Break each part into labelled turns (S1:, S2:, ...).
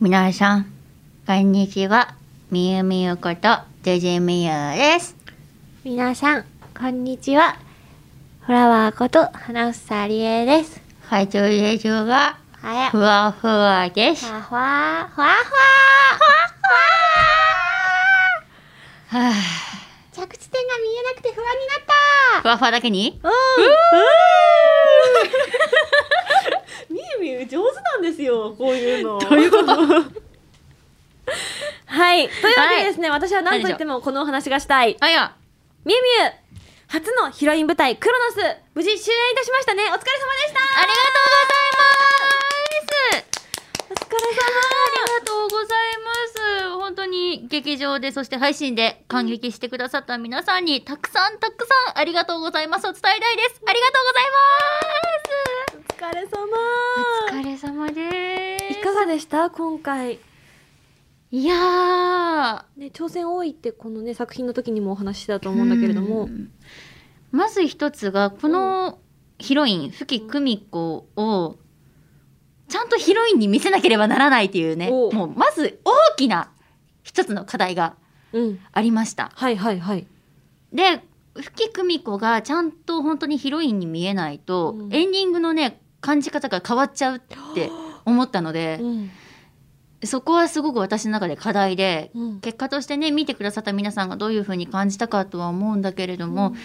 S1: 皆さん、こんにちは。みゆみゆこと、ジェジェみゆです。
S2: 皆さん、こんにちは。フラワーこと、花房理恵です。
S1: 会長ジェジュが、
S2: はや。
S1: ふわふわです。は
S2: ふわふわふわふわ
S1: ぁ、
S2: 着地点が見えなくて不安にな
S1: ふわふわだけに
S2: ったうんみゆみゆ上手なんですよ、こういう の。
S1: どういうこと
S2: はい。というわけでですね、私は何と言ってもこのお話がしたい。
S1: あいや、
S2: みゆみゆ初のヒロイン舞台、クロノス無事終演いたしましたね。お疲れ様でした
S1: ありがとうございます
S2: お疲
S1: あ
S2: れ様
S1: りがとうございます。本当に劇場で、そして配信で感激してくださった皆さんに、たくさんたくさんありがとうございますを伝えたいです。ありがとう
S2: お疲れ様
S1: ございます。お疲れ様です。
S2: いかがでした今回
S1: いやー。
S2: ね挑戦多いってこのね作品の時にもお話ししたと思うんだけれども、
S1: うんまず一つがこのヒロイン吹久美子をちゃんとヒロインに見せなければならないというね
S2: お
S1: もうまず大きな一つの課題が
S2: うん、
S1: ありました。
S2: はいはいはい
S1: で吹久美子がちゃんと本当にヒロインに見えないと、
S2: うん
S1: エンディングのね感じ方が変わっちゃうって思ったので
S2: う、ん
S1: そこはすごく私の中で課題で、
S2: うん
S1: 結果としてね見てくださった皆さんがどういう風に感じたかとは思うんだけれども、
S2: うん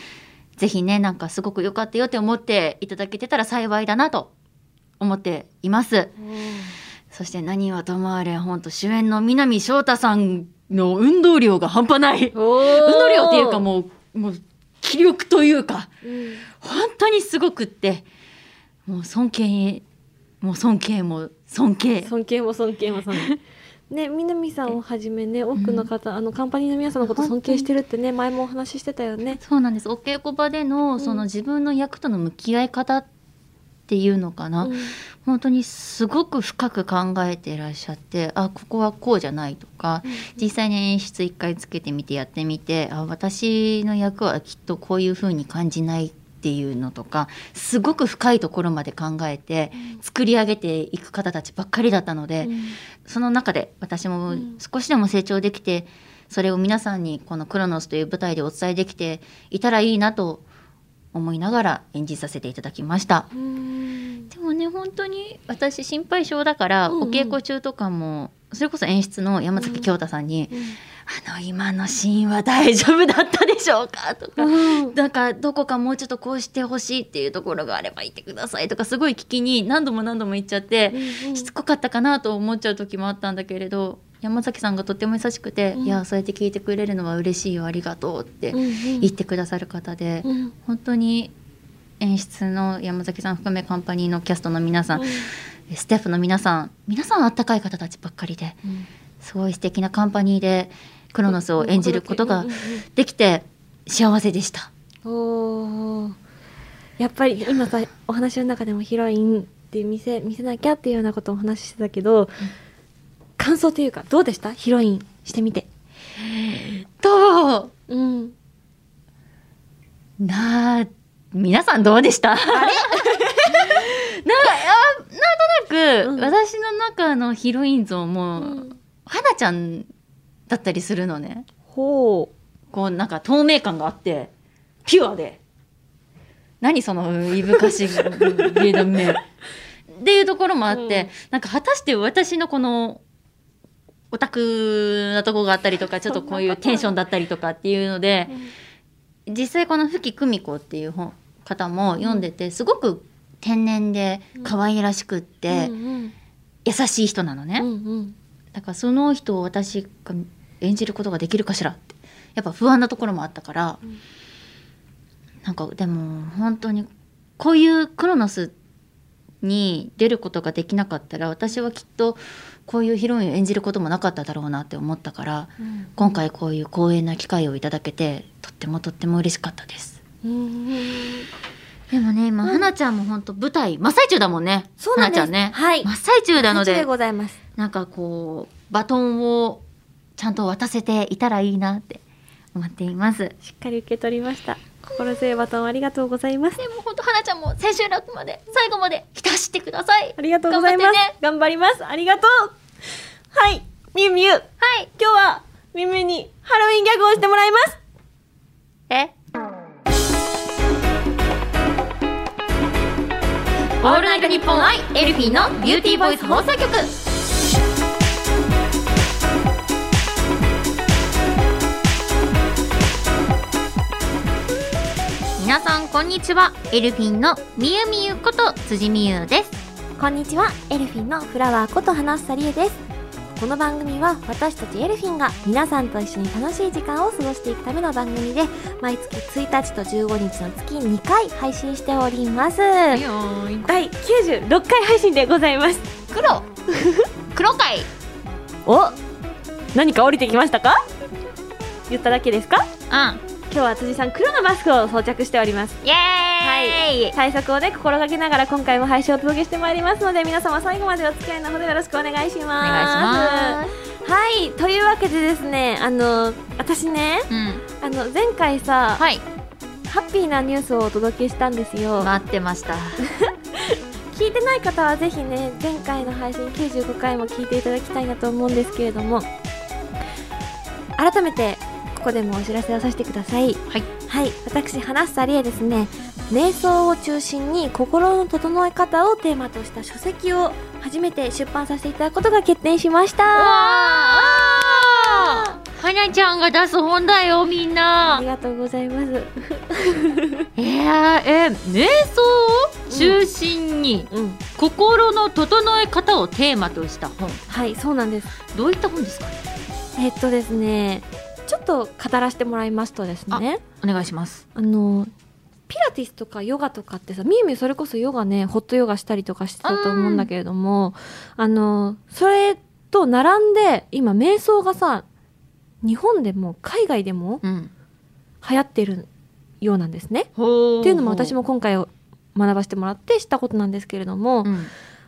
S1: ぜひねなんかすごく良かったよって思っていただけてたら幸いだなと思っていますそして何はともあれ本当主演の南翔太さんの運動量が半端ない運
S2: おー
S1: 動量っていうかもうもう気力というか
S2: うん
S1: 本当にすごくってもう尊敬もう尊敬も尊敬
S2: 尊敬も尊敬も尊敬 ね南さんをはじめね多くの方、あのカンパニーの皆さんのこと尊敬してるってね前もお話ししてたよね
S1: そうなんですお稽古場での
S2: ん
S1: その自分の役との向き合い方っていうのかな、
S2: うん
S1: 本当にすごく深く考えていらっしゃってあここはこうじゃないとか、実際に演出一回つけてみてやってみてあ私の役はきっとこういう風に感じないっていうのとかすごく深いところまで考えて作り上げていく方たちばっかりだったので、
S2: うん
S1: その中で私も
S2: うん
S1: 少しでも成長できて、それを皆さんにこの「クロノス」という舞台でお伝えできていたらいいなと思いながら演じさせていただきました。
S2: うん
S1: でもね本当に私心配性だから、
S2: うんうん
S1: お稽古中とかもそれこそ演出の山崎京太さんに「あの今のシーンは大丈夫だったでしょうか?」とか。
S2: うん
S1: なんかどこかもうちょっとこうしてほしいっていうところがあれば言ってくださいとかすごい聞きに何度も何度も言っちゃって、
S2: うん
S1: しつこかったかなと思っちゃう時もあったんだけれど山崎さんがとっても優しくて「
S2: うん
S1: いやそうやって聞いてくれるのは嬉しいよありがとう」って
S2: うん
S1: 言ってくださる方で、
S2: うんうん
S1: 本当に演出の山崎さん含めカンパニーのキャストの皆さん、スタッフの皆さん皆さんあったかい方たちばっかりで
S2: うん
S1: すごい素敵なカンパニーでクロノスを演じること
S2: う
S1: が
S2: んうんうん
S1: できて幸せでした。
S2: おーやっぱり今さお話の中でもヒロインって見せ見せなきゃっていうようなことをお話ししてたけど、感想というかどうでしたヒロインしてみて
S1: と
S2: うん
S1: なあ皆さんどうでしたあれ なんかあなんとなく、私の中のヒロイン像も、花ちゃんだったりするのね
S2: ほ
S1: こうなんか透明感があってピュアで何そのうんいぶかしげだめっていうところもあって、
S2: うん
S1: なんか果たして私のこのオタクなとこがあったりとかちょっとこういうテンションだったりとかっていうので
S2: う、
S1: 実際この吹久美子っていう本方も読んでてすごく天然で可愛らしくって、
S2: うんうん
S1: 優しい人なのね、
S2: うんうん
S1: だからその人を私が演じることができるかしらってやっぱ不安なところもあったから、
S2: うん
S1: なんかでも本当にこういうクロノスに出ることができなかったら私はきっとこういうヒロインを演じることもなかっただろうなって思ったから
S2: うん
S1: 今回こういう光栄な機会をいただけてとってもとっても嬉しかったです。
S2: うんうん
S1: でもね今、
S2: うん
S1: はなちゃんも本当舞台真っ最中だもんね
S2: そうなんです
S1: はなちゃんね、
S2: はい
S1: 真っ最中なの
S2: 初
S1: で
S2: でございます
S1: なんかこうバトンをちゃんと渡せていたらいいなって思っています
S2: しっかり受け取りました心強いバトンありがとうございます
S1: でも本当花ちゃんも千秋楽まで最後まで浸してください
S2: ありがとうございます。
S1: 頑張ってね
S2: 頑張ります。ありがとう。はい、みゆみゆ。はい。今日は、みゆみゆにハロウィンギャグをしてもらいます。
S1: えオールナイトニッポンアイエルフィーのビューティーボイス放送局皆さんこんにちはエルフィンのみゆみゆこと辻みゆです
S2: こんにちは、エルフィンのフラワーこと花さりえです。この番組は私たちエルフィンが皆さんと一緒に楽しい時間を過ごしていくための番組で毎月1日と15日の月2回配信しております。第
S1: ー
S2: 96回配信でございます。
S1: 黒黒会
S2: お何か降りてきましたか言っただけですか
S1: うん
S2: 今日は辻さん黒のマスクを装着しております。
S1: イエーイ、はい、
S2: 対策をね心がけながら今回も配信をお届けしてまいりますので皆様最後までお付き合いのほどよろしくお願いします。お
S1: お願いします
S2: はいというわけでですねあの私ね
S1: うん
S2: あの前回さ、
S1: はい
S2: ハッピーなニュースをお届けしたんですよ、
S1: 待ってました
S2: 聞いてない方はぜひね前回の配信95回も聞いていただきたいなと思うんですけれども改めてここでもお知らせをさせてください
S1: はい
S2: はい私花房理恵ですね瞑想を中心に心の整え方をテーマとした書籍を初めて出版させていただくことが決定しました
S1: わーはなちゃんが出す本だよみん
S2: あ
S1: な
S2: りがとうございます
S1: えー、えー瞑想を中心に、
S2: うん
S1: 心の整え方をテーマとした本
S2: はいそうなんです
S1: どういった本ですかね
S2: えっとですねちょっと語らせてもらいますとですね
S1: お願いします
S2: あのピラティスとかヨガとかってさみゆみゆそれこそヨガねホットヨガしたりとかしてたと思うんだけれどもあのそれと並んで今瞑想がさ日本でも海外でも
S1: うん
S2: 流行ってるようなんですね。
S1: ほ
S2: っていうのも私も今回を学ばせてもらって知ったことなんですけれども、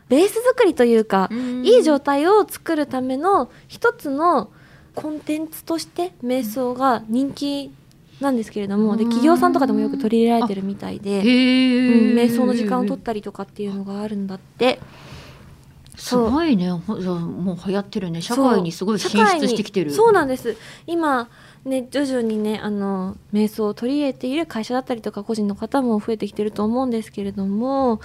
S2: ベース作りというか、いい状
S1: 態
S2: 態を作るための一つのコンテンツとして瞑想が人気なんですけれども、で
S1: うん
S2: 企業さんとかでもよく取り入れられてるみたいで、
S1: へ
S2: うん
S1: ー
S2: 瞑想の時間を取ったりとかっていうのがあるんだって
S1: すごいねほじゃあもう流行ってるね社会にすごい進
S2: 社会に
S1: 出してきてる
S2: そう
S1: な
S2: なんです今ね徐々にねあの瞑想を取り入れている会社だったりとか個人の方も増えてきてると思うんですけれども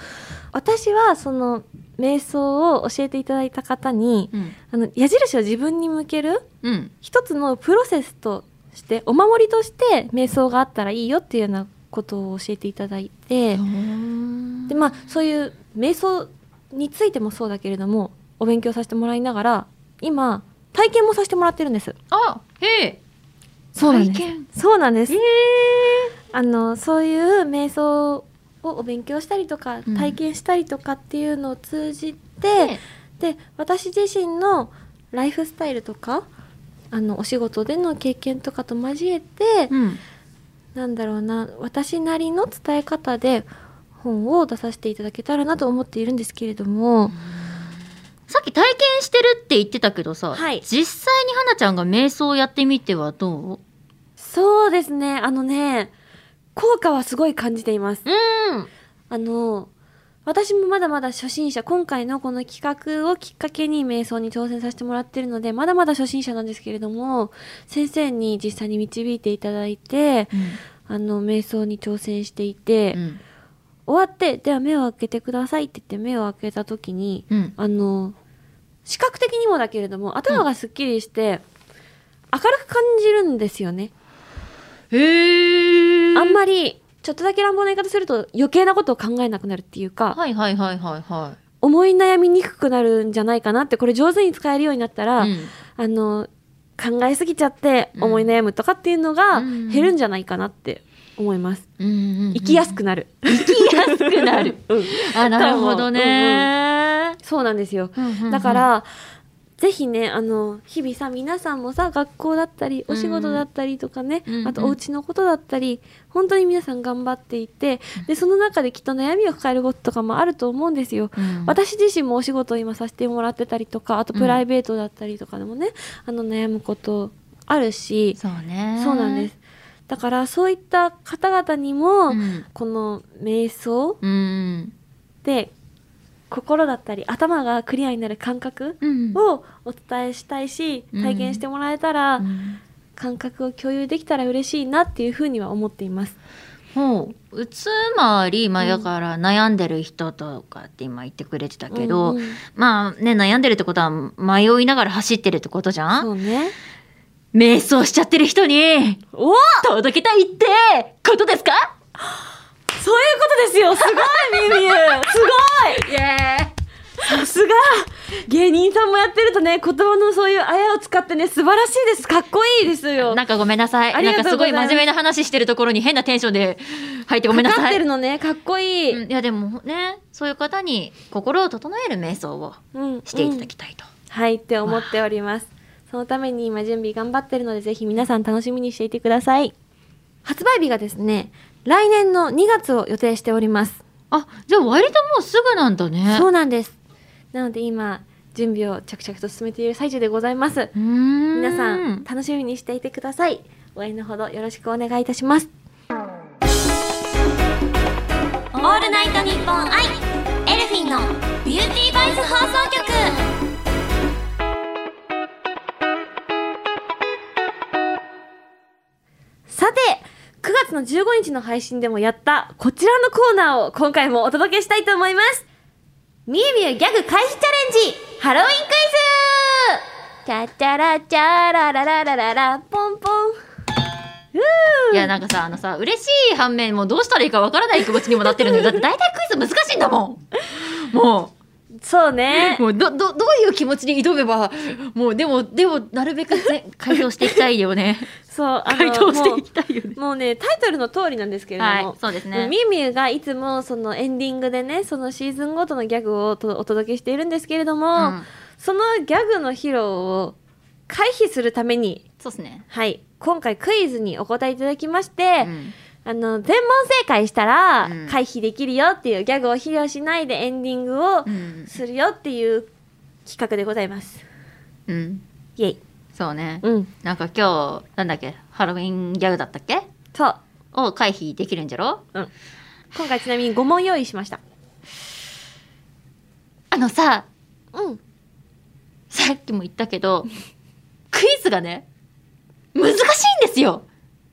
S2: 私はその瞑想を教えていただいた方に
S1: うん
S2: あの矢印を自分に向ける
S1: うん
S2: 一つのプロセスとしてお守りとして瞑想があったらいいよっていうようなことを教えていただいて、でまあそういう瞑想についてもそうだけれどもお勉強させてもらいながら今体験もさせてもらってるんです。
S1: あへえ
S2: そうなんです
S1: 体験
S2: そうなんです
S1: え。
S2: あのそういう瞑想をお勉強したりとか
S1: うん
S2: 体験したりとかっていうのを通じ
S1: え
S2: て、で私自身のライフスタイルとかあのお仕事での経験とかと交えて、
S1: うん
S2: なんだろうな私なりの伝え方で本を出させていただけたらなと思っているんですけれども、
S1: さっき体験してるって言ってたけどさ、
S2: はい
S1: 実際に花ちゃんが瞑想をやってみてはど
S2: そうですねあのね効果はすごい感じています
S1: ううん
S2: あの私もまだまだ初心者今回のこの企画をきっかけに瞑想に挑戦させてもらってるのでまだまだ初心者なんですけれども先生に実際に導いていただいてあの瞑想に挑戦していて、
S1: うん
S2: 終わってでは目を開けてくださいって言って目を開けた時に
S1: うん
S2: あの視覚的にもだけれども頭がすっきりして、明るく感じるんですよね、
S1: へ
S2: あん
S1: り
S2: まりちょっとだけ乱暴な言い方すると余計なことを考えなくなるっていうか、
S1: はいはいはいはいは
S2: 思い悩みにくくなるんじゃないかなってこれ上手に使えるようになったら、
S1: い、うん
S2: あの考えすぎちゃって
S1: うん
S2: 思い悩むとかっていうのが
S1: うん
S2: 減るんじゃないかなって思います、
S1: うんうんうん
S2: 生きやすくなる
S1: 生きやすくなる
S2: うん
S1: あなるほど ね、
S2: そうなんですよ
S1: うんうん
S2: だから、ぜひねあの日々さ皆さんもさ学校だったり
S1: う
S2: お
S1: ん
S2: 仕事だったりとかね、
S1: うんうん
S2: あとお家のことだったり本当に皆さん頑張っていてでその中できっと悩みを抱えることとかもあると思うんですよ。
S1: うん
S2: 私自身もお仕事を今させてもらってたりとかあとプライベートだったりとかでもね、あの悩むことあるし
S1: そうね
S2: そうなんです、だからそういった方々にも、
S1: うん
S2: この瞑想
S1: うん
S2: で心だったり頭がクリアになる感覚
S1: うん
S2: をお伝えしたいし、
S1: うん
S2: 体験してもらえたら、
S1: うん
S2: 感覚を共有できたら嬉しいなっていうふうには思っています。
S1: もうつまり、まあ、
S2: うん
S1: だから悩んでる人とかって今言ってくれてたけど、
S2: うんうん
S1: まあね悩んでるってことは迷いながら走ってるってことじゃ
S2: そ
S1: ん
S2: うね。
S1: 瞑想しちゃってる人に
S2: お
S1: 届けたいってことですか
S2: そういうことですよすごいみゆみゆすご
S1: イエーイ
S2: いさすが芸人さんもやってるとね言葉のそういうあやを使ってね素晴らしいですかっこいいですよ
S1: なんかごめんなさい。
S2: あり
S1: なん
S2: が
S1: か
S2: と
S1: す
S2: うご
S1: ご
S2: ざい
S1: い
S2: ます
S1: 真面目な話してるところに変なテンションで入ってごめんな
S2: かか
S1: さ
S2: って
S1: い。
S2: るのねかっこいい、
S1: うんいやでもね、そういう方に心を整える瞑想を
S2: うん
S1: していただきたいと。
S2: はいって思っておりますそのために今準備頑張ってるのでぜひ皆さん楽しみにしていてください発売日がですね来年の2月を予定しております
S1: あ、じゃあ割ともうすぐなんだね。
S2: そうなんですなので今準備を着々と進めている最中でございます
S1: うーん。
S2: 皆さん楽しみにしていてください応援のほどよろしくお願いいたします
S3: オールナイトニッポンアイエルフィンのビューティーバイス放送局
S2: さて9月の15日の配信でもやったこちらのコーナーを今回もお届けしたいと思いますみゆみゆギャグ回避チャレンジハロウィンクイズチャチャラチャララララララポンポン
S1: いやなんかさあのさ嬉しい反面もうどうしたらいいかわからない気持ちにもなってるのよ。だって大体クイズ難しいんだもん。も
S2: そう
S1: う
S2: ね
S1: もうどどどういう気持ちに挑めばもうでもでもなるべくぜ回答していきたいよ ね。
S2: そうあ
S1: 回答して
S2: も
S1: いきたいよね。
S2: うもうねタイトルの通りなんですけれども、
S1: はい、そうですね。
S2: みゆみゆがいつもそのエンディングでねそのシーズンごとのギャグをとお届けしているんですけれども、
S1: うん
S2: そのギャグの披露を回避するために
S1: そうですね。
S2: はい今回クイズにお答えいただきまして、
S1: うん
S2: あの全問正解したら
S1: うん
S2: 回避できるよっていうギャグを披露しないでエンディングを
S1: うん
S2: するよっていう企画でございます。
S1: うん、
S2: イエイ
S1: そうね、
S2: うん
S1: なんか今日なんだっけハロウィンギャグだったっけ
S2: そう、
S1: を回避できるんじゃろ
S2: うん、今回ちなみに5問用意しました。
S1: あのさ
S2: うん
S1: さっきも言ったけどクイズがね難しいんですよ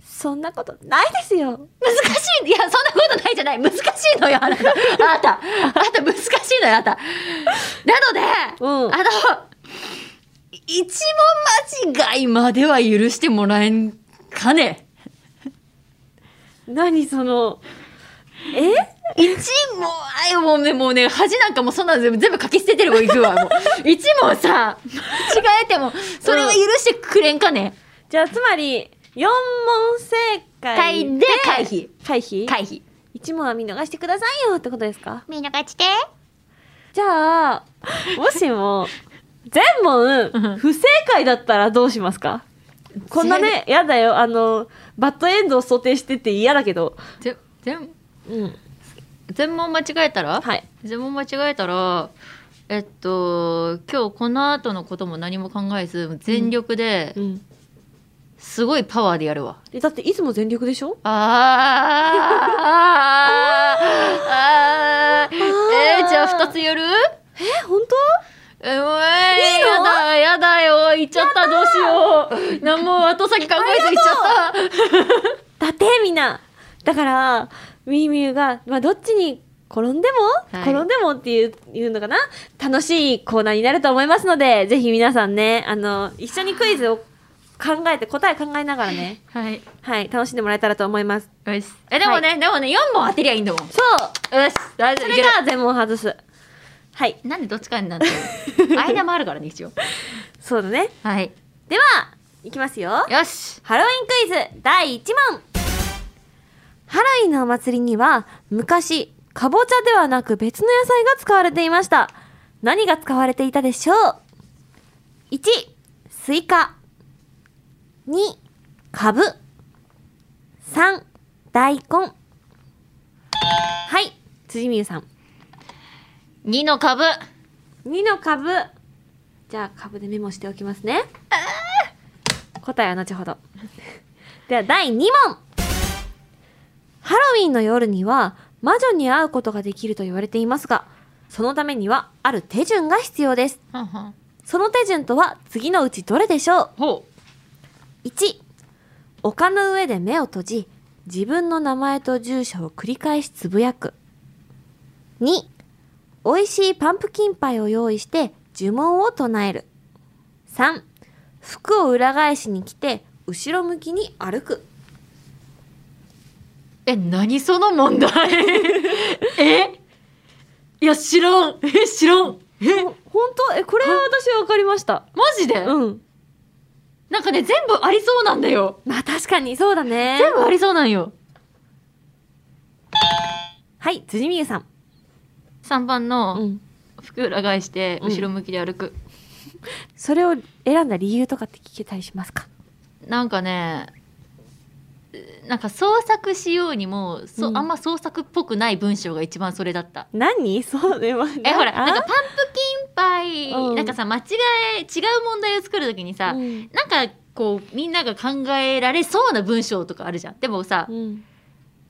S2: そんなことないですよ。
S1: 難しいいやそんなことないじゃない難しいのよあなたあなたあなた難しいのよあなたなので、
S2: うん
S1: あの一問間違いまでは許してもらえんかね
S2: 何そのえ
S1: 一問あいもうねもうね恥なんかもうそんなの全部全部書き捨ててるわいくわもう一問さ間違えてもそれは許してくれんかね、
S2: じゃあつまり4問正
S1: 回
S2: 解
S1: で回避
S2: 回避
S1: 回避
S2: 一問は見逃してくださいよってことですか
S3: みんなが来て
S2: じゃあもしも全問不正解だったらどうしますかこんなねやだよあのバッドエンドを想定してて嫌だけど
S1: ぜ全
S2: うん
S1: 全問間違えたら、
S2: はい
S1: 全問間違えたらえっと今日この後のことも何も考えず全力で
S2: うん
S1: すごいパワーでやるわ、
S2: えだっていつも全力でしょ
S1: あああーあーえー、じゃあ二つやる
S2: え本
S1: うえいやだやだよ行っちゃったどうしよう何も後先考えず行っちゃった
S2: 当だってみんなだからみゆみゆが、まあ、どっちに転んでも、
S1: はい
S2: 転んでもっていういうのかな楽しいコーナーになると思いますのでぜひ皆さんねあの一緒にクイズを考えて答え考えながらね
S1: はい
S2: はい楽しんでもらえたらと思います
S1: よしえでもね、でもね4問当てりゃいいんだもんよし
S2: そう
S1: 大丈
S2: そ
S1: 夫
S2: れが全問外す はい
S1: なんでどっちかになるの間もあるからね一応
S2: そうだね
S1: はい
S2: ではいきますよ
S1: よし
S2: ハロウィンクイズ第1問ハロウィンのお祭りには昔かぼちゃではなく別の野菜が使われていました何が使われていたでしょう1スイカ2かぶ3大根はい辻美優さん
S1: 2の株
S2: 2の株じゃあ株でメモしておきますね答えは後ほどでは第2問ハロウィンの夜には魔女に会うことができると言われていますがそのためにはある手順が必要ですその手順とは次のうちどれでしょ
S4: ほ
S2: う ?1 丘の上で目を閉じ自分の名前と住所を繰り返しつぶやく2美味しいパンプキンパイを用意して呪文を唱える3服を裏返しに着て後ろ向きに歩く
S1: え、何その問 題えいや、知らん。え、知らん。え、マ
S2: 本当えこれは私は分かりました
S1: ジで、
S2: うん
S1: なんかね、全部ありそうなんだよ。
S2: まあ確かにそうだね
S1: 全部ありそうなんよ。
S2: はい辻美優さん、
S1: 3番
S2: う
S1: の
S2: ん、
S1: 服裏返して
S2: うん
S1: 後ろ向きで歩く。
S2: それを選んだ理由とかって聞けたりしますか
S1: なんかね、なんか創作しようにも、そ
S2: うん
S1: あんま創作っぽくない文章が一番それだった。
S2: 何そうねま
S1: えほら
S2: あ
S1: なんかパンプキンパイ、
S2: うん
S1: なんかさ間違え違う問題を作るときにさ、
S2: うん
S1: なんかこうみんなが考えられそうな文章とかあるじゃんでもさ
S2: うん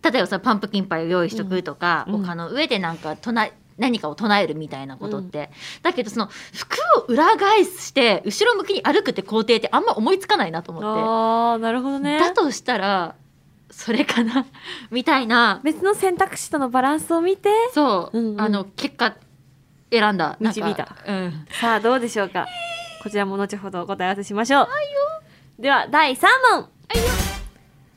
S1: 例えばさパンプキンパイを用意しとくとか、
S2: うん
S1: 他の上でなんか唱え何かを唱えるみたいなことって、だけどその服を裏返して後ろ向きに歩くって工程ってあんま思いつかないなと思っ
S2: ああなるほど
S1: て、
S2: ね
S1: だとしたらそれかな みたいな
S2: 別の選択肢とのバランスを見て
S1: そう、
S2: うんうん
S1: あの結果選んだなんか
S2: 導いた
S1: うん
S2: さあどうでしょうかこちらも後ほどお答え合わせしましょうでは第3問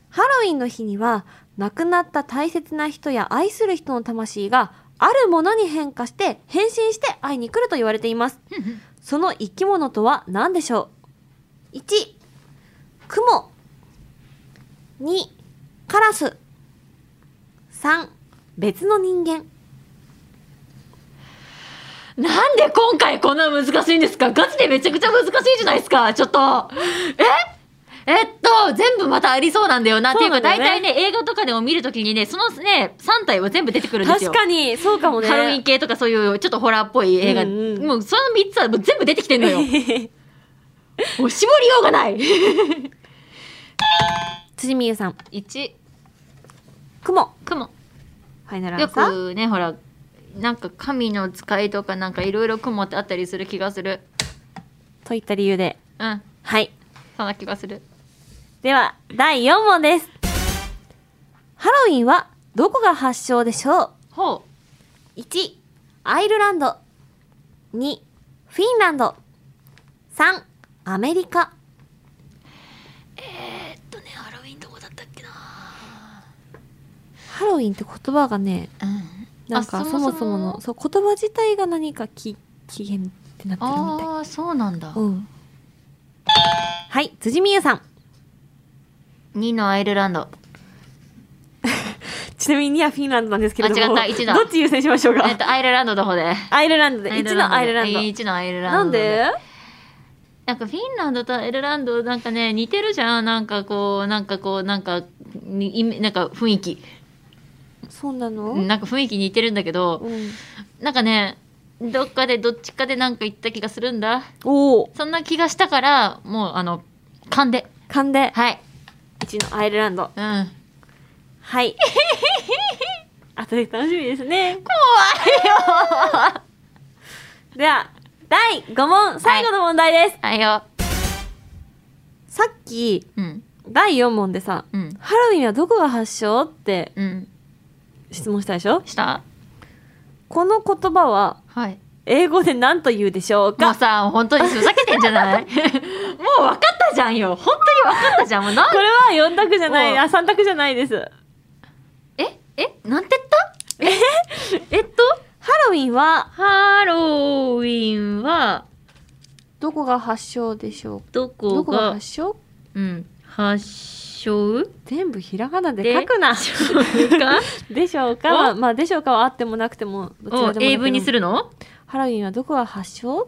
S2: ハロウィンの日には亡くなった大切な人や愛する人の魂があるものに変化して変身して会いに来ると言われていますその生き物とは何でしょう1雲2カラス3別の人間
S1: なんで今回こんな難しいんですかガチでめちゃくちゃ難しいじゃないですかちょっと。ええっと、全部またありそうなんだよな。
S2: そうなん
S1: ってい
S2: だ
S1: うか、大
S2: よね
S1: 体ね、映画とかでも見るときにね、そのね、3体は全部出てくるんです
S2: 確
S1: よ。
S2: かにそうかもね
S1: ハロウィン系とかそういうちょっとホラーっぽい映画。
S2: うんうん
S1: もうその3つはもう全部出てきてんの よ。もう絞りようがない。
S2: 辻美優さん
S1: 1、
S2: 雲
S1: 雲。
S2: ファイナルア
S1: よ
S2: ンサー
S1: くね、ほら、なんか神の使いとかなんかいろいろ雲ってあったりする気がする。
S2: といった理由で
S1: うん、
S2: はい
S1: そんな気がする。
S2: では第4問ですハロウィンはどこが発祥でしょ
S1: ほう。
S2: う1アイルランド2フィンランド3アメリカ
S1: えっとね、ハロウィンどこだったっけな
S2: ハロウィンって言葉がねなんか
S1: あ
S2: そ
S1: そ
S2: も
S1: も
S2: そ
S1: そも
S2: ものそう言葉自体が何かき起源ってなってるみたい
S1: ああそうなんだ
S2: うんはい辻美優さん
S1: 2のアイルランド
S2: ちなみに2はフィンランドなんですけれども
S1: あ違った1だ
S2: どっち優先しましょうか、
S1: えっとアイルランドの方で
S2: アイルランドで1のアイルランド
S1: 1のアイルランド
S2: なんで
S1: なんかフィンランドとアイルランドなんかね似てるじゃんなんかこうなんかこうなんかにイメなんか雰囲気
S2: そうなの、
S1: なんか雰囲気似てるんだけど
S2: うん
S1: なんかねどっかでどっちかでなんか行った気がするんだ
S2: おお
S1: そんな気がしたからもうあの勘で
S2: 勘で
S1: はい
S2: 1のアイルランド
S1: うん怖いよ
S2: はい あとで楽しみですねでは第5問最後の問題です、
S1: はいよ
S2: さっき
S1: うん
S2: 第4問でさ
S1: うん
S2: ハロウィンはどこが発祥って
S1: うん
S2: 質問したでしょ
S1: した
S2: この言葉は
S1: はい
S2: 英語で何と言うでしょう
S1: もう
S2: か
S1: さ、本当にふざけてんじゃ ないもう分かったじゃんよ。本当に分かったじゃん。もうなん
S2: これは4択じゃない
S1: おう
S2: あ3択じゃないです
S1: ええなんて言ったええっと、
S2: ハロウィンは
S1: ハロウィンは
S2: どこが発祥でしょうか
S1: どこ
S2: どこが
S1: が
S2: 発、祥
S1: うん、発祥
S2: 全部ひらがなで
S1: で
S2: 書く な
S1: か
S2: でしょうかはまあでしょうかはあってもなくてもどちらでもな
S1: を
S2: くても
S1: 英文にするの
S2: ハロウィンはどこが発祥っ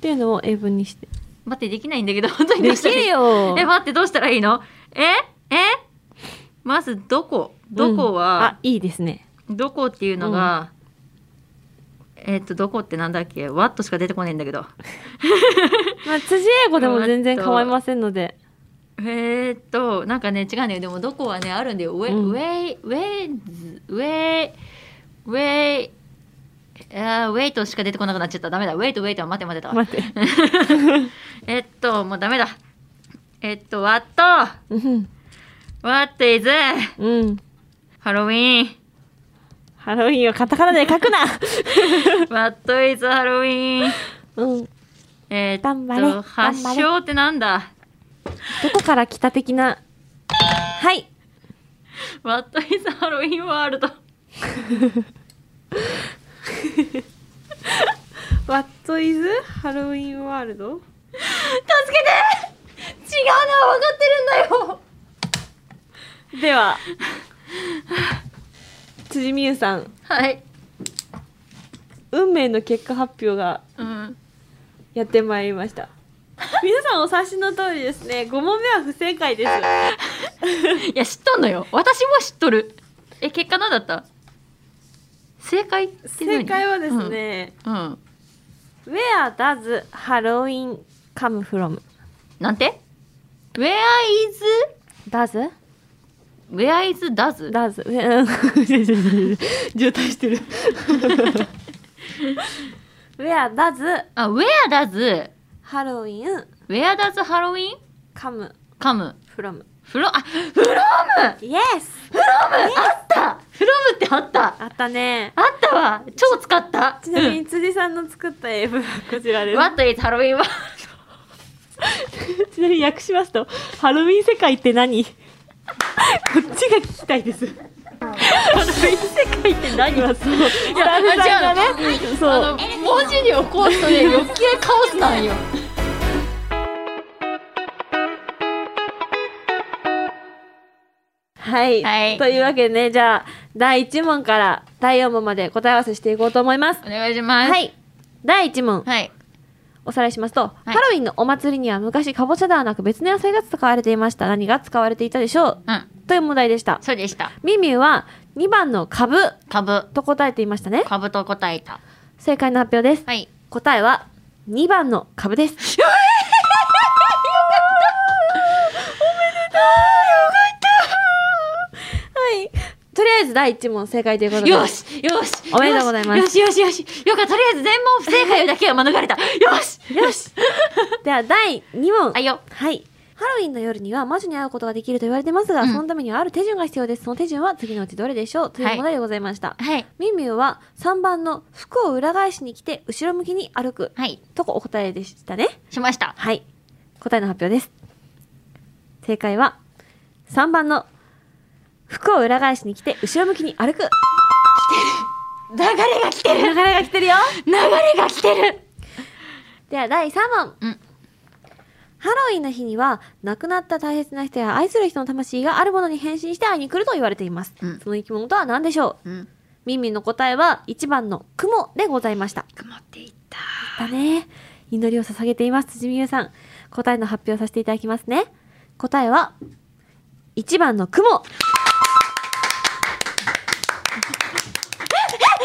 S2: ていうのを英文にして
S1: 待って、できないんだけど、 本当にど
S2: で
S1: うした
S2: き
S1: らい
S2: る
S1: い
S2: よ
S1: え、待って、どうしたらいいのええまず、どこどこ
S2: うん
S1: は
S2: あ、いいですね
S1: どこっていうのが、えっと、どこってなんだっけワットしか出てこないんだけど。
S2: まあ辻英語でも全然構いませんので
S1: えー、っとなんかね違うんだよでもどこはねあるんだよウェ,、
S2: うん
S1: ウェイウェイズウェイウェイえーウェイトしか出てこなくなっちゃったダメだウェイトウェイト待て待てだわ
S2: 待って。
S1: えっともうダメだえっと What?
S2: うん。
S1: What is
S2: うん。
S1: ハロウィーン
S2: ハロウィンをカタカナで書くな
S1: What is ハロウィーン
S2: うん。ど
S1: え
S2: 頑張れ
S1: ーっと発
S2: 頑張れ
S1: 祥ってなんだ
S2: こから来た的な。はい。
S1: What is ハロウィーンワールド
S2: What is ハロウィンワールド
S1: 違うのは分かってるんだよ
S2: では、 辻美優さん、
S1: はい
S2: 運命の結果発表が
S1: うん
S2: やってまいりま した。皆さんお察しの通りですね、5問目は不正解です。
S1: いや知っとんのよ私も知っとるえ結果何だった正解って何
S2: 正解はですね、
S1: うん、うん
S2: Where does Halloween come from?
S1: なんて Where is
S2: Does?
S1: Where is does?
S2: Does? うん渋滞してる。Where does
S1: あ Where does
S2: Halloween
S1: Where does Halloween
S2: come
S1: come
S2: from?
S1: フロあフロム
S2: Yes!
S1: あったフロムってあった
S2: あったね。
S1: あったわ超使った
S2: ちなみ
S1: に、
S2: に辻さんの作った英文はこちら
S1: う
S2: で
S1: ん、What is Halloween? は
S2: す。ちなみに訳しますと、ハロウィン世界って何こっちが聞きたいです。
S1: 書いて何
S2: 今そう、スタッフさんがね、
S1: あ
S2: そう
S1: の、文字に起こすとね余計カオスなんよ
S2: はい、
S1: はい
S2: というわけでね、じゃあ、第1問から第4問まで答え合わせしていこうと思います。
S1: お願いします
S2: はい。第1問、
S1: はい
S2: おさらいしますと、
S1: い
S2: ハロウィンのお祭りには昔、かぼちゃではなく別の野菜が使われていました。何が使われていたでしょう
S1: うん
S2: という問題でした。
S1: そうでした
S2: ミミュは2番の株
S1: 株
S2: と答えていましたね。
S1: 株と答えた
S2: 正解の発表です。
S1: はい
S2: 答えは2番の株です。はい。とりあえず第一問正解ということで。
S1: よしよし
S2: おめでとうございます
S1: よしよしよしよしよかったとりあえず全問不正解だけは免れたよし
S2: よし。では第二問。
S1: あいよ
S2: はい。ハロウィンの夜には魔女に会うことができると言われてますが、
S1: うん
S2: そのためにはある手順が必要です。その手順は次のうちどれでしょうという問題でございました。
S1: はい
S2: ミミュウは3番の服を裏返しに着て後ろ向きに歩く
S1: はい
S2: とこお答えでしたね。
S1: しました
S2: はい。答えの発表です。正解は、3番の、服を裏返しに着て、後ろ向きに歩く。
S1: 流れが来てる
S2: 流れが来てるよ
S1: 流れが来てる
S2: では、第3問。
S1: うん
S2: ハロウィンの日には、亡くなった大切な人や愛する人の魂があるものに変身して会いに来ると言われています。
S1: うん
S2: その生き物とは何でしょう
S1: うん
S2: ミンミンの答えは、1番の雲でございました。
S1: 曇っていった
S2: だね。祈りを捧げています、辻美優さん。答えの発表をさせていただきますね。答えは、1番の雲。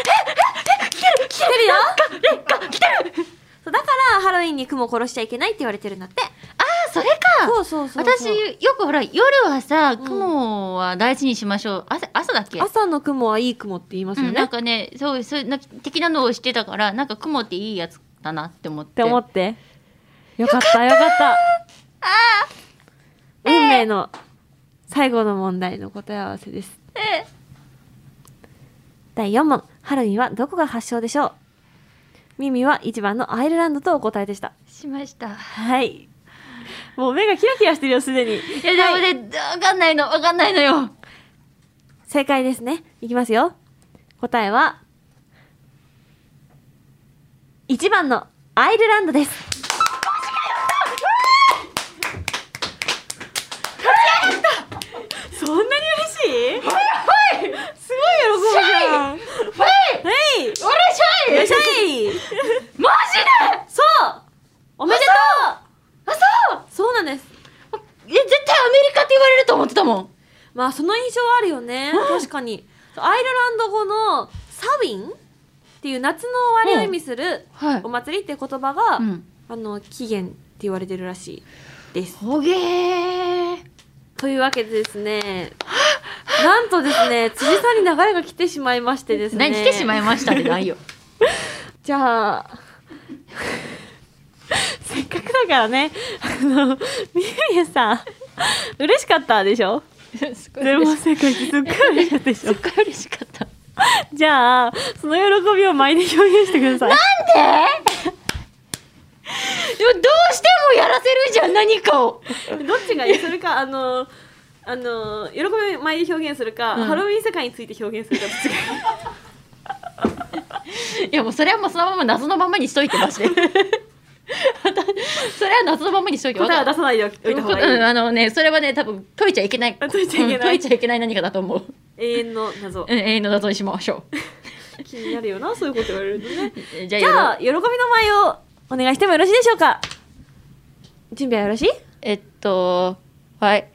S2: 来てるよそうだから、ハロウィンに雲を殺しちゃいけないって言われてるんだって。
S1: あそれか
S2: そうそうそうそう。
S1: 私よくほら夜はさ
S2: ん
S1: 雲は大事にしましょう朝朝だっけ
S2: 朝の雲はいい雲って言いますよ
S1: うん
S2: ね。
S1: なん
S2: っ
S1: かねそうそうな的なのをしてたからなんか雲っていいやつだなって思って
S2: て思って。よかった、よかった。運命の最後の問題の答え合わせです。
S1: え
S2: 第4問ハロウィンはどこが発祥でしょうミミは1番のアイルランドとお答えでした
S1: しました
S2: はいもう目がキラキラしてるよすでに
S1: いやでもね、わかんないのわかんないのよ
S2: 正解ですねいきますよ答えは1番のアイルランドですそんなに嬉しいすごい喜ぶじゃん
S1: フェイ
S2: はい
S1: 俺
S2: よっし
S1: しょい
S2: ゃい
S1: マジで
S2: そうおめでと
S1: あそう
S2: うそうなんです
S1: え絶対アメリカって言われると思ってたもん
S2: まあその印象はあるよね確かにアイルランド語のサウィンっていう夏の終わりを意味する
S1: はい
S2: お祭りって言葉が、
S1: うん
S2: あの起源って言われてるらしいです
S1: ほげー
S2: というわけでですね なんとですね辻さんに流れが来てしまいましてですね
S1: 何来てしまいましたってないよ
S2: じゃあ せっかくだからねあのみゆゆさん嬉しかったでしょ
S1: すごい
S2: 全
S1: 嬉
S2: 問
S1: し
S2: 正解ってすっごい嬉しかったでし
S1: す
S2: ょ
S1: っごい嬉しかった。
S2: じゃあその喜びを前で表現してください
S5: でもどうしてもやらせるじゃん何かを
S2: どっちがいいそれかあのあの喜びを前で表現するか、ハロウィン世界について表現するかどっちがいい
S5: いやもうそれはもうそのまま謎のままにしといてまして それは謎のままにしといて
S2: 答えは出さないでおいた方がいい、
S5: うん、あのねそれはね多分解いちゃいけない
S2: あ解いちゃいけない
S5: うん解いちゃいけない何かだと思う、
S2: 永遠の謎
S5: うん、永遠の謎にしましょ
S2: 気になるよなそういうこと言われるとね
S5: うじゃあ
S2: じゃあ喜びの前をお願いしてもよろしいでしょうか準備はよろしい
S5: えっとはい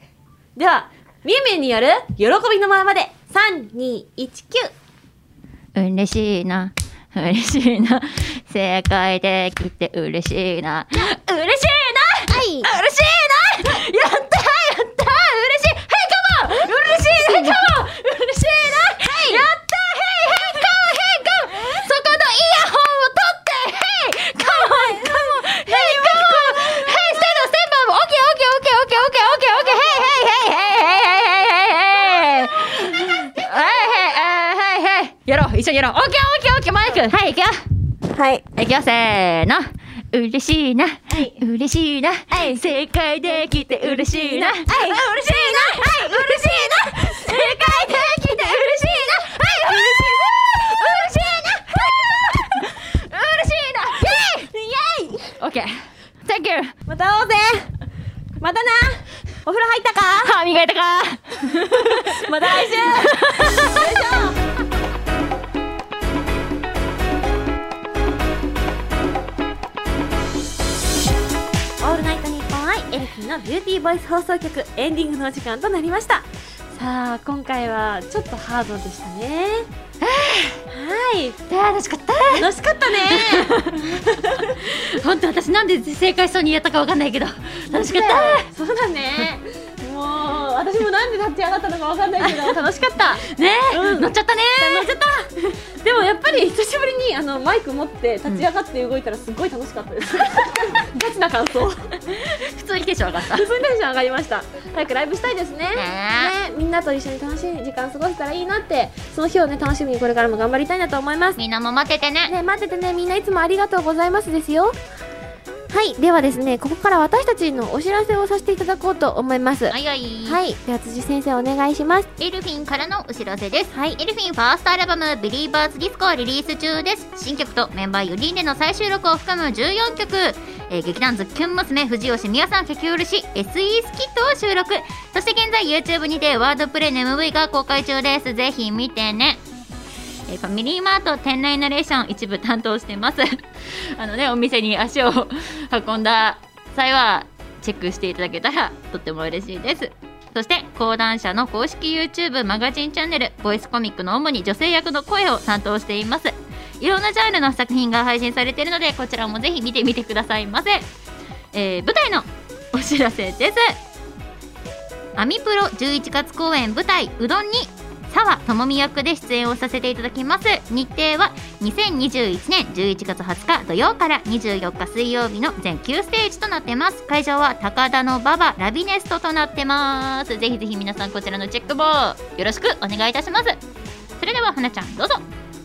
S2: ではみゆみゆによる喜びの前まで3219
S1: 嬉しいな嬉しいな正解できて嬉しい な嬉しいな、嬉しいなやったーやったー嬉しい Hey come on 嬉しいな come on 嬉しいな、やったー Hey hey come on hey come on そこのイヤホンを取って Hey come on come on Hey come on Hey ステンドステンド OKOKOKOKOKOKOKHeyHeyHeyHeyHeyHeyHeyHey はいはいはいはいやろう一緒にやろうオッケーオッケーオッケーマイクはい行くよ
S2: はい
S1: 行くよせーの嬉しいな、嬉しいな、正解できて嬉しいな、嬉しいな、はい、嬉しいな正解できて嬉しいなはい嬉しいな嬉しいな嬉しいなイエイイエイオッケー Thank you
S2: また会おうぜまたなお風呂入ったか
S1: 歯磨いたか
S2: また来週オールナイトニッポンアイエルフィーのビューティーボイス放送局エンディングのお時間となりましたさあ今回はちょっとハードでしたねはい
S5: 楽しかった
S2: 楽しかったね
S5: 本当私なんで正解しそうに言えたかわかんないけど楽しかった
S2: そうだねもう私もなんで立ち上がったのかわかんないけど楽しかった
S5: ね、
S2: うん
S5: 乗っちゃったね
S2: 乗っちゃったでもやっぱり久しぶりにあのマイク持って立ち上がって動いたらすごい楽しかった です、ガチな感想
S5: 普通にテンション上がった
S2: 普通にテンション上がりました早くライブしたいですねね
S1: ね
S2: みんなと一緒に楽しい時間過ごせたらいいなってその日をね楽しみにこれからも頑張りたいなと思います
S1: みんなも待っててね
S2: ね待っててねみんないつもありがとうございますですよはいではですねここから私たちのお知らせをさせていただこうと思いますはい、
S1: いはい
S2: では辻先生お願いします
S1: エルフィンからのお知らせです、エルフィンファーストアルバム「ビリーバーズ・ディスコ」はリリース中です新曲とメンバー4人での再収録を含む14曲、えー劇団ズッキュン娘藤吉美和さん書き下ろし SE スキットを収録そして現在 YouTube にてワードプレイの MV が公開中ですぜひ見てねえーファミリーマート店内ナレーション一部担当してます あのねお店に足を運んだ際はチェックしていただけたらとっても嬉しいですそして講談社の公式 YouTube マガジンチャンネルボイスコミックの主に女性役の声を担当していますいろんなジャンルの作品が配信されているのでこちらもぜひ見てみてくださいませ、えー舞台のお知らせですアミプロ11月公演舞台うどんに沢智美役で出演をさせていただきます日程は2021年11月20日土曜から24日水曜日の全9ステージとなってます会場は高田の馬場ラビネストとなってますぜひぜひ皆さんこちらのチェックもよろしくお願いいたしますそれでは花ちゃんどうぞ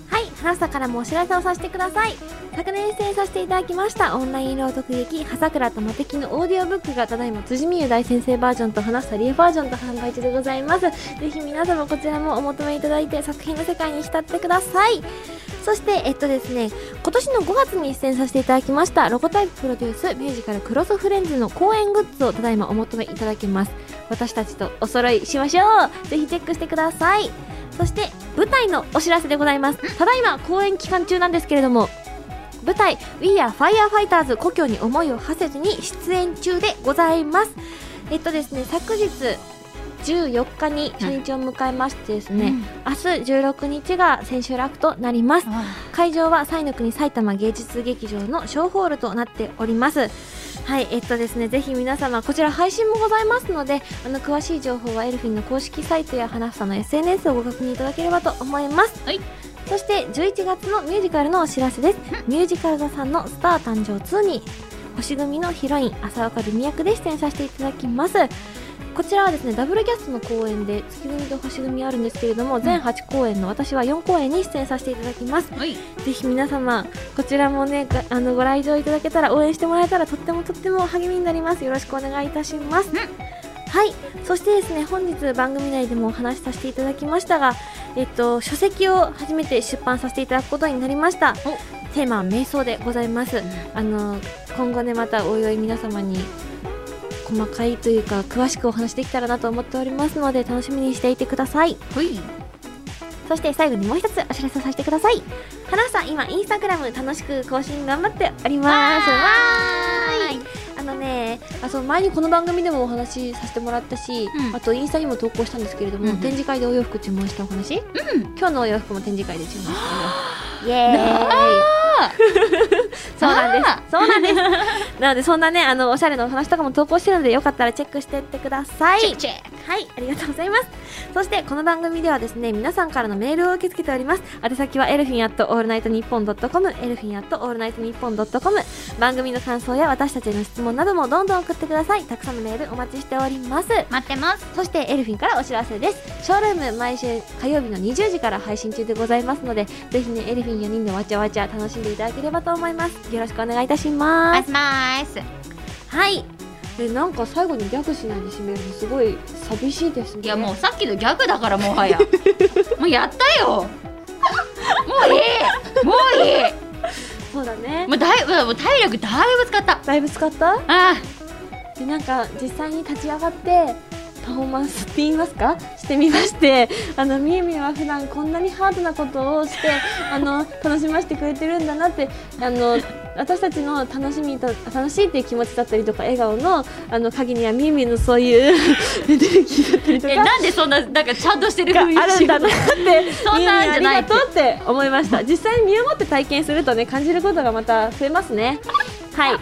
S2: はい、花房からもお知らせをさせてください。昨年出演させていただきましたオンライン朗読劇「葉桜とモテキ」のオーディオブックがただいま辻美優大先生バージョンと花房理恵バージョンと販売中でございますぜひ皆様こちらもお求めいただいて作品の世界に浸ってくださいそしてえっとですね今年の5月に出演させていただきましたロゴタイププロデュースミュージカル「クロスフレンズ」の公演グッズをただいまお求めいただけます私たちとお揃いしましょうぜひチェックしてくださいそして舞台のお知らせでございますただいま公演期間中なんですけれども舞台「We are Firefighters 故郷に思いを馳せず」に出演中でございますえっとですね昨日14日に初日を迎えましてですね、明日16日が千秋楽となります会場は西の国埼玉芸術劇場の小ホールとなっておりますはいえっとですねぜひ皆様こちら配信もございますのであの詳しい情報はエルフィンの公式サイトや花房の SNS をご確認いただければと思います
S1: はい
S2: そして11月のミュージカルのお知らせですミュージカル座さんの「スター誕生2」に星組のヒロイン浅岡ルミ役で出演させていただきますこちらはですねダブルキャストの公演で月組と星組あるんですけれども全8公演の私は4公演に出演させていただきます
S5: はい
S2: ぜひ皆様こちらもねがあのご来場いただけたら応援してもらえたらとってもとっても励みになりますよろしくお願いいたします、はいそしてですね本日番組内でもお話しさせていただきましたがえっと書籍を初めて出版させていただくことになりましたテーマは瞑想でございます、あの今後ねまたおいおい皆様に細かいというか詳しくお話できたらなと思っておりますので楽しみにしていてください
S5: ほい
S2: そして最後にもう一つお知らせさせてください。花さん、今、インスタグラム楽しく更新頑張っております。わーいあのねあそう前にこの番組でもお話しさせてもらったし、
S5: うん
S2: あとインスタにも投稿したんですけれども、
S5: うんうん
S2: 展示会でお洋服注文したお話、今日のお洋服も展示会で注文したお洋服イエーイそうなんです そうなんです なのでそんなねあのおしゃれなお話とかも投稿してるのでよかったらチェックしてってください
S5: チェックチェック
S2: はい、ありがとうございます。そして、この番組ではですね、皆さんからのメールを受け付けております。宛先は、エルフィンアットオールナイトニッポンドットコム、エルフィンアットオールナイトニッポンドットコム。番組の感想や私たちへの質問などもどんどん送ってください。たくさんのメールお待ちしております。
S5: 待ってます
S2: そして、エルフィンからお知らせです。ショールーム、毎週火曜日の20時から配信中でございますので、ぜひね、エルフィン4人でわちゃわちゃ楽しんでいただければと思います。よろしくお願いいたします。
S5: ます
S2: はい。え、なんか最後にギャグしないで締めるのすごい寂しいですね。
S5: いやもうさっきのギャグだからも はやもうやったよもういいもういい
S2: そうだね。
S5: もうだいぶもう体力だいぶ使った
S2: だいぶ使った
S5: あ
S2: でなんか実際に立ち上がってパフォーマンスって言いますかしてみましてあのみゆみゆは普段こんなにハードなことをしてあの楽しませてくれてるんだなってあの私たちの楽しみと楽しいっていう気持ちだったりとか笑顔のあの鍵にはみゆみゆのそういう エネルギーだったりと
S5: え
S2: か。
S5: なんでそんななんかちゃんとしてる
S2: があ
S5: 雰囲気
S2: るんだなって、
S5: そんなんじゃない
S2: みゆみゆありがとうって思いました。実際に身をもって体験するとね、感じることがまた増えますね。はい。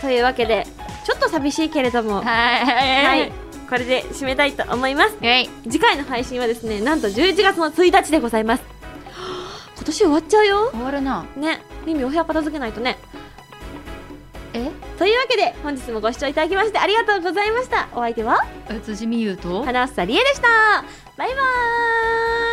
S2: というわけで、ちょっと寂しいけれど
S5: は
S2: も、はいい、これで締めたいと思います。
S5: はい
S2: 次回の配信はですね、なんと11月の1日でございます。今年終わっちゃうよ。
S1: 終わるな
S2: ね、ミミお部屋片付けないとね。
S1: え
S2: というわけで、本日もご視聴いただきましてありがとうございました。お相手は、
S1: 辻美優と
S2: 花房理恵でした。バイバーイ。